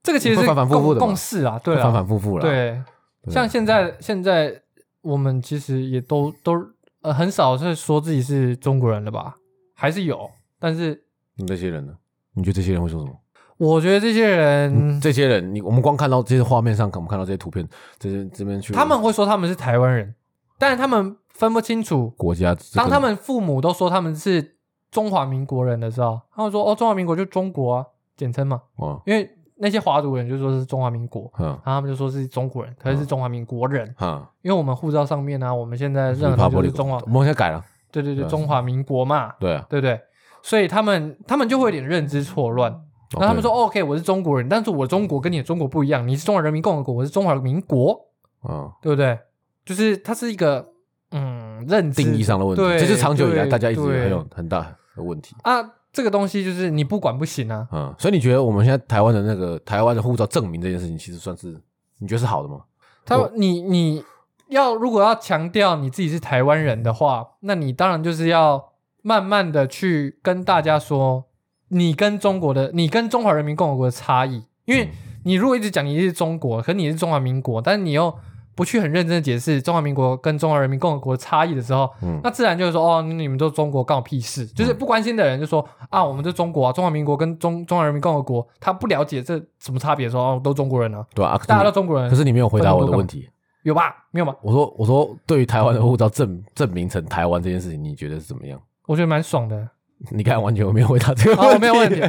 Speaker 1: 这个其实
Speaker 2: 会
Speaker 1: 是
Speaker 2: 反反复
Speaker 1: 共
Speaker 2: 复的嘛
Speaker 1: 共识啊，对
Speaker 2: 反
Speaker 1: 啊，
Speaker 2: 反复复了，，
Speaker 1: 对，
Speaker 2: 对
Speaker 1: 像现在现在我们其实也都都呃很少是说自己是中国人了吧，还是有，但是
Speaker 2: 你这些人呢？你觉得这些人会说什么？
Speaker 1: 我觉得这些人、
Speaker 2: 嗯这些人，你我们光看到这些画面上，我们看到这些图片，这些这边去
Speaker 1: 他们会说他们是台湾人，但是他们分不清楚，
Speaker 2: 国家，
Speaker 1: 当他们父母都说他们是中华民国人的时候，他们说哦中华民国就中国啊，简称嘛，
Speaker 2: 啊，
Speaker 1: 因为那些华族人就说是中华民国。
Speaker 2: 嗯
Speaker 1: 然后他们就说是中国人，可是是中华民国人，
Speaker 2: 嗯，
Speaker 1: 因为我们护照上面呢、啊我们现在认
Speaker 2: 怕
Speaker 1: 为
Speaker 2: 玻
Speaker 1: 就是
Speaker 2: 璃
Speaker 1: 中华，
Speaker 2: 我们现在改了，
Speaker 1: 对对
Speaker 2: 对
Speaker 1: 对，
Speaker 2: 啊
Speaker 1: 中华民国嘛，
Speaker 2: 对啊，
Speaker 1: 对不对？所以他们他们就会有点认知错乱。然
Speaker 2: 哦
Speaker 1: 后他们说、o k 我是中国人，但是我中国跟你的中国不一样，你是中华人民共和国，我是中华民国，
Speaker 2: 嗯，
Speaker 1: 对不对？就是它是一个嗯认知
Speaker 2: 定义上的问题，
Speaker 1: 对
Speaker 2: 这是长久以来
Speaker 1: 对
Speaker 2: 大家一直
Speaker 1: 对
Speaker 2: 很有很大的问题。
Speaker 1: 啊，这个东西就是你不管不行啊。
Speaker 2: 嗯，所以你觉得我们现在台湾的那个台湾的护照证明这件事情，其实算是你觉得是好的吗？
Speaker 1: 他
Speaker 2: 我
Speaker 1: 你你要如果要强调你自己是台湾人的话，那你当然就是要慢慢的去跟大家说，你跟中国的，你跟中华人民共和国的差异。因
Speaker 2: 嗯
Speaker 1: 为你如果一直讲你是中国，可你是中华民国，但你又不去很认真的解释中华民国跟中华人民共和国的差异的时候，
Speaker 2: 嗯
Speaker 1: 那自然就是说哦，你们都中国干我屁事，就是不关心的人就说啊，我们这中国啊，中华民国跟中中华人民共和国，他不了解这什么差别，说哦，都中国人啊，
Speaker 2: 对啊，
Speaker 1: 大家
Speaker 2: 啊
Speaker 1: 都中国人，
Speaker 2: 可是你没有回答我的问题。
Speaker 1: 有吧？没有吧？
Speaker 2: 我说我说，对于台湾的护照证证明成台湾这件事情，你觉得是怎么样？
Speaker 1: 我觉得蛮爽
Speaker 2: (laughs)
Speaker 1: 的。
Speaker 2: 你看，完全没有回答这个
Speaker 1: 啊，
Speaker 2: 问
Speaker 1: 我
Speaker 2: 题，
Speaker 1: 没有问题。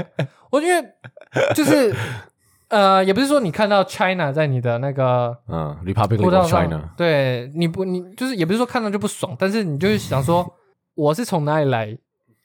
Speaker 1: 我因为就是呃，也不是说你看到 China 在你的那个
Speaker 2: 嗯，Republic
Speaker 1: 过道
Speaker 2: of
Speaker 1: 上，
Speaker 2: China，
Speaker 1: 对，你不你就是也不是说看到就不爽，但是你就是想说我是从哪里来，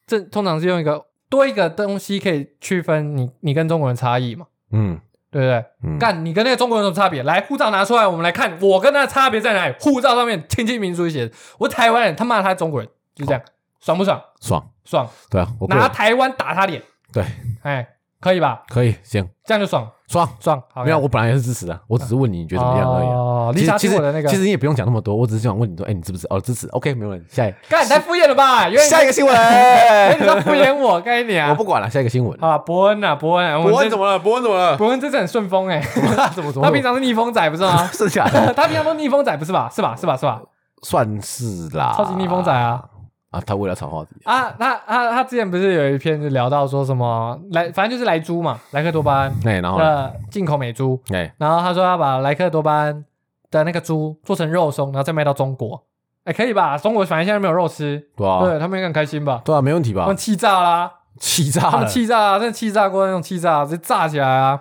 Speaker 1: 这通常是用一个多一个东西可以区分你你跟中国人差异嘛，
Speaker 2: 嗯
Speaker 1: 对不对？
Speaker 2: 嗯，
Speaker 1: 干，你跟那个中国人有什么差别？来，护照拿出来，我们来看我跟他的差别在哪里。护照上面清清明楚楚写的，我台湾人，他骂他中国人，就这样，爽不爽？
Speaker 2: 爽，
Speaker 1: 爽，
Speaker 2: 对啊，我个
Speaker 1: 拿
Speaker 2: 人
Speaker 1: 台湾打他脸，
Speaker 2: 对
Speaker 1: 哎，可以吧？
Speaker 2: 可以行
Speaker 1: 这样就爽，
Speaker 2: 爽，
Speaker 1: 爽，好
Speaker 2: 没有，我本来也是支持的，啊我只是问你你觉得怎么样而已啊。
Speaker 1: 哦，
Speaker 2: 其
Speaker 1: 你
Speaker 2: 实
Speaker 1: 想
Speaker 2: 其
Speaker 1: 听
Speaker 2: 实
Speaker 1: 我的那个
Speaker 2: 其，实你也不用讲那么多，我只是想问你说，哎，你支不支持？哦，支持，OK，没问题。下一
Speaker 1: 干太敷衍了吧？因为
Speaker 2: 下一个新闻，
Speaker 1: 哎
Speaker 2: 哎
Speaker 1: 你都敷衍我，该你
Speaker 2: 我
Speaker 1: 啊！
Speaker 2: 不管了，下一个新闻。
Speaker 1: 啊，伯恩啊，伯恩啊，我们
Speaker 2: 伯恩
Speaker 1: 这
Speaker 2: 怎么了？伯恩怎么 (laughs) 了？
Speaker 1: 伯恩这次很顺风哎，
Speaker 2: (laughs) 怎么怎么？？
Speaker 1: (laughs) 他平常是逆风仔不是吗
Speaker 2: (laughs) 剩下的
Speaker 1: 他平常都逆风仔不是吧？是吧？是吧？是吧？
Speaker 2: 算是啦，
Speaker 1: 超级逆风仔啊！
Speaker 2: 啊，他为了炒话题，
Speaker 1: 啊，他他他之前不是有一篇就聊到说什么莱，反正就是莱猪嘛，莱克多巴胺
Speaker 2: 哎，然后呢
Speaker 1: 的进口美猪，
Speaker 2: 哎，
Speaker 1: 然后他说要把莱克多巴胺的那个猪做成肉松，然后再卖到中国，哎，可以吧？中国反正现在没有肉吃，
Speaker 2: 对啊，
Speaker 1: 对他们应该很开心吧？
Speaker 2: 对啊，没问题
Speaker 1: 他
Speaker 2: 吧
Speaker 1: 们？气炸啦，
Speaker 2: 气炸
Speaker 1: 他
Speaker 2: 了
Speaker 1: 们，气炸啊，真的气炸锅那种气炸，直接炸起来啊！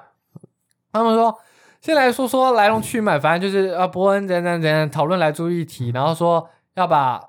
Speaker 1: 他们说，先来说说来龙去脉，反正就是啊，伯恩怎样怎样讨论来猪议题，然后说要把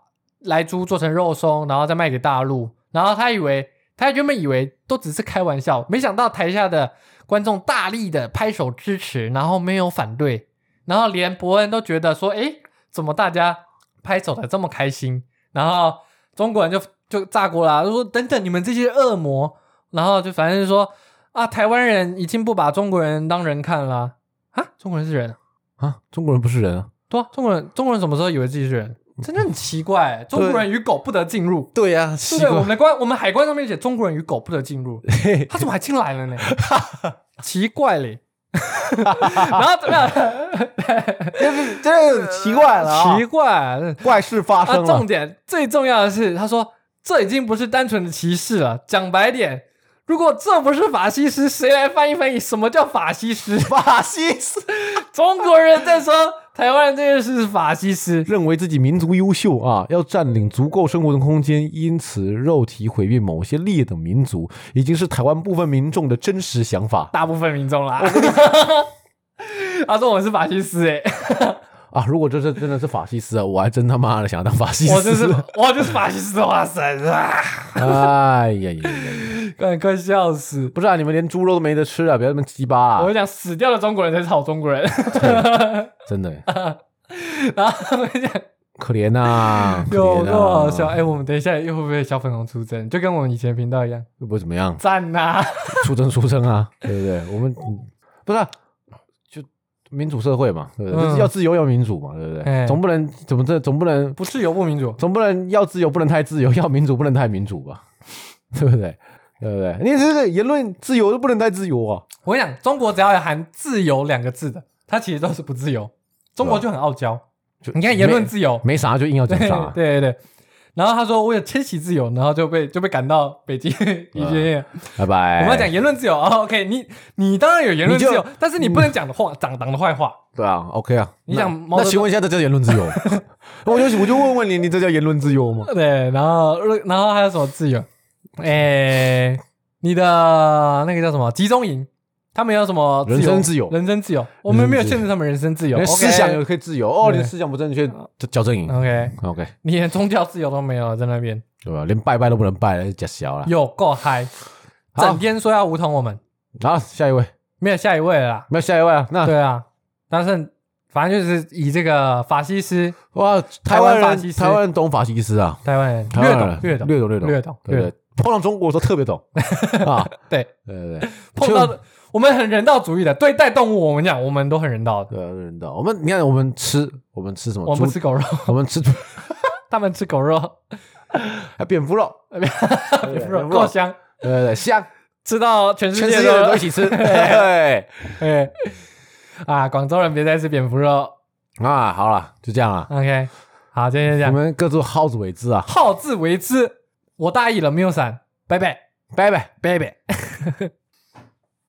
Speaker 1: 来猪做成肉松，然后再卖给大陆。然后他以为，他原本以为都只是开玩笑，没想到台下的观众大力的拍手支持，然后没有反对，然后连伯恩都觉得说，诶，怎么大家拍手的这么开心？然后中国人就就炸锅啦、就说等等你们这些恶魔，然后就反正就说啊，台湾人已经不把中国人当人看啦、啊，中国人是人啊，
Speaker 2: 啊！中国人不是人啊？
Speaker 1: 对啊，中国人中国人什么时候以为自己是人？真的很奇怪、欸中国人与狗不得进入。
Speaker 2: 对呀，
Speaker 1: 对
Speaker 2: 奇
Speaker 1: 不对？我们的 (laughs) 关，我们海关上面写中国人与狗不得进入，他怎么还进来了呢？奇怪嘞。然后怎么样？
Speaker 2: 这奇怪啊嗯
Speaker 1: 奇怪，
Speaker 2: 怪事发
Speaker 1: 啊，重点最重要的是，他说这已经不是单纯的歧视了。讲白点，如果这不是法西斯，谁来翻译翻译什么叫法西斯？
Speaker 2: 法西斯
Speaker 1: 中国人在说台湾人这件事是法西斯，
Speaker 2: 认为自己民族优秀啊，要占领足够生活的空间，因此肉体毁灭某些劣等民族，已经是台湾部分民众的真实想法
Speaker 1: 大部分民众啦。他说我们是法西斯、欸，
Speaker 2: 啊！如果这是真的是法西斯啊，我还真他妈的想要当法西斯！
Speaker 1: 我就是我就是法西斯的化身啊！
Speaker 2: 哎呀呀呀！呀
Speaker 1: 快快笑死！
Speaker 2: 不是啊，你们连猪肉都没得吃啊，不要那么鸡巴
Speaker 1: 我
Speaker 2: 啊！
Speaker 1: 就讲死掉的中国人才是好中国人，
Speaker 2: 真的
Speaker 1: (laughs) 然后他们讲
Speaker 2: 可怜呐，可
Speaker 1: 有
Speaker 2: 怜啊
Speaker 1: 多好
Speaker 2: 呐！
Speaker 1: 笑？哎、我们等一下又会不会小粉红出征？就跟我们以前频道一样，
Speaker 2: 又不会怎么样，
Speaker 1: 赞呐、
Speaker 2: 出征出征
Speaker 1: (laughs)
Speaker 2: 啊，对不对？我们不是、啊、就民主社会嘛，对不对？
Speaker 1: 嗯
Speaker 2: 就是要自由要民主嘛，对不对？
Speaker 1: 哎
Speaker 2: 总不能怎么这总不能
Speaker 1: 不自由不民主。
Speaker 2: 总不能要自由不能太自由， (laughs) 要民主不能太民主吧？对不对？对不对？你这个言论自由都不能太自由啊！
Speaker 1: 我跟你讲，中国只要有含“自由”两个字的，它其实都是不自由。中国就很傲娇，
Speaker 2: 就
Speaker 1: 你看言论自由，
Speaker 2: 没没啥就硬要
Speaker 1: 对
Speaker 2: 讲啥，
Speaker 1: (laughs) 对对对。然后他说我有迁徙自由，然后就被就被赶到北京 (laughs)
Speaker 2: 嗯
Speaker 1: 医学院。
Speaker 2: 拜拜。
Speaker 1: 我们要讲言论自由哦，OK，你你当然有言论自
Speaker 2: 哎你
Speaker 1: 由，但是你不能讲的话，讲党的坏话。
Speaker 2: 对啊，OK 啊。
Speaker 1: 你
Speaker 2: 那
Speaker 1: 讲毛
Speaker 2: 那
Speaker 1: 泽
Speaker 2: 请问一下，这叫言论自
Speaker 1: (laughs)
Speaker 2: 由？我就我就问问你，你这叫言论自由吗？
Speaker 1: 对，然后然后还有什么自由？哎，你的那个叫什么集中营？他们有什么自由
Speaker 2: 人身自由
Speaker 1: 人身自由，我们没有限制他们人身自由
Speaker 2: 连，思想也
Speaker 1: OK
Speaker 2: 可以自由哦，
Speaker 1: 对嗯
Speaker 2: 连思想不正确就矫正营
Speaker 1: OK，
Speaker 2: ，OK，
Speaker 1: 你连宗教自由都没有在那边，
Speaker 2: 对吧？连拜拜都不能拜了，假小了。
Speaker 1: 有够嗨！
Speaker 2: 好
Speaker 1: 整天说要武统我们，
Speaker 2: 好，下一位，
Speaker 1: 没有下一位了啦。
Speaker 2: 没有下一位啊。那
Speaker 1: 对啊，但是反正就是以这个法西斯
Speaker 2: 哇，台
Speaker 1: 台
Speaker 2: 湾
Speaker 1: 湾法
Speaker 2: 人
Speaker 1: 西斯
Speaker 2: 台湾人懂法西斯啊，
Speaker 1: 台湾人
Speaker 2: 台湾人
Speaker 1: 略懂
Speaker 2: 略
Speaker 1: 略懂
Speaker 2: 懂略懂
Speaker 1: 略懂
Speaker 2: 对不
Speaker 1: 略
Speaker 2: 对？碰到中国的时候特
Speaker 1: (laughs)
Speaker 2: 别懂啊，
Speaker 1: 对，
Speaker 2: 对对对，
Speaker 1: 碰
Speaker 2: 就
Speaker 1: 到我们很人道主义的，对待动物我们讲我们都很人道的，
Speaker 2: 对啊人道。我们你看，我们吃我们吃什么？
Speaker 1: 我们不
Speaker 2: 猪 (laughs)
Speaker 1: 吃，狗肉，
Speaker 2: 我们吃
Speaker 1: 他们吃狗肉。
Speaker 2: 还蝙蝠肉，
Speaker 1: 哎蝙蝠
Speaker 2: 蝙
Speaker 1: 肉
Speaker 2: 蝠肉
Speaker 1: 够香，
Speaker 2: 对对对，香，
Speaker 1: 吃到全世
Speaker 2: 全
Speaker 1: 界
Speaker 2: 世界人
Speaker 1: 都
Speaker 2: 都一
Speaker 1: (laughs)
Speaker 2: 起吃。对
Speaker 1: 哎啊，广州人别再吃蝙蝠肉。
Speaker 2: 啊，好了，就这样了，
Speaker 1: OK，好，今天就这
Speaker 2: 我
Speaker 1: 样，
Speaker 2: 们各自好自为之啊，
Speaker 1: 好自为之。我大意了，没有闪，拜拜，
Speaker 2: 拜拜。
Speaker 1: 拜拜。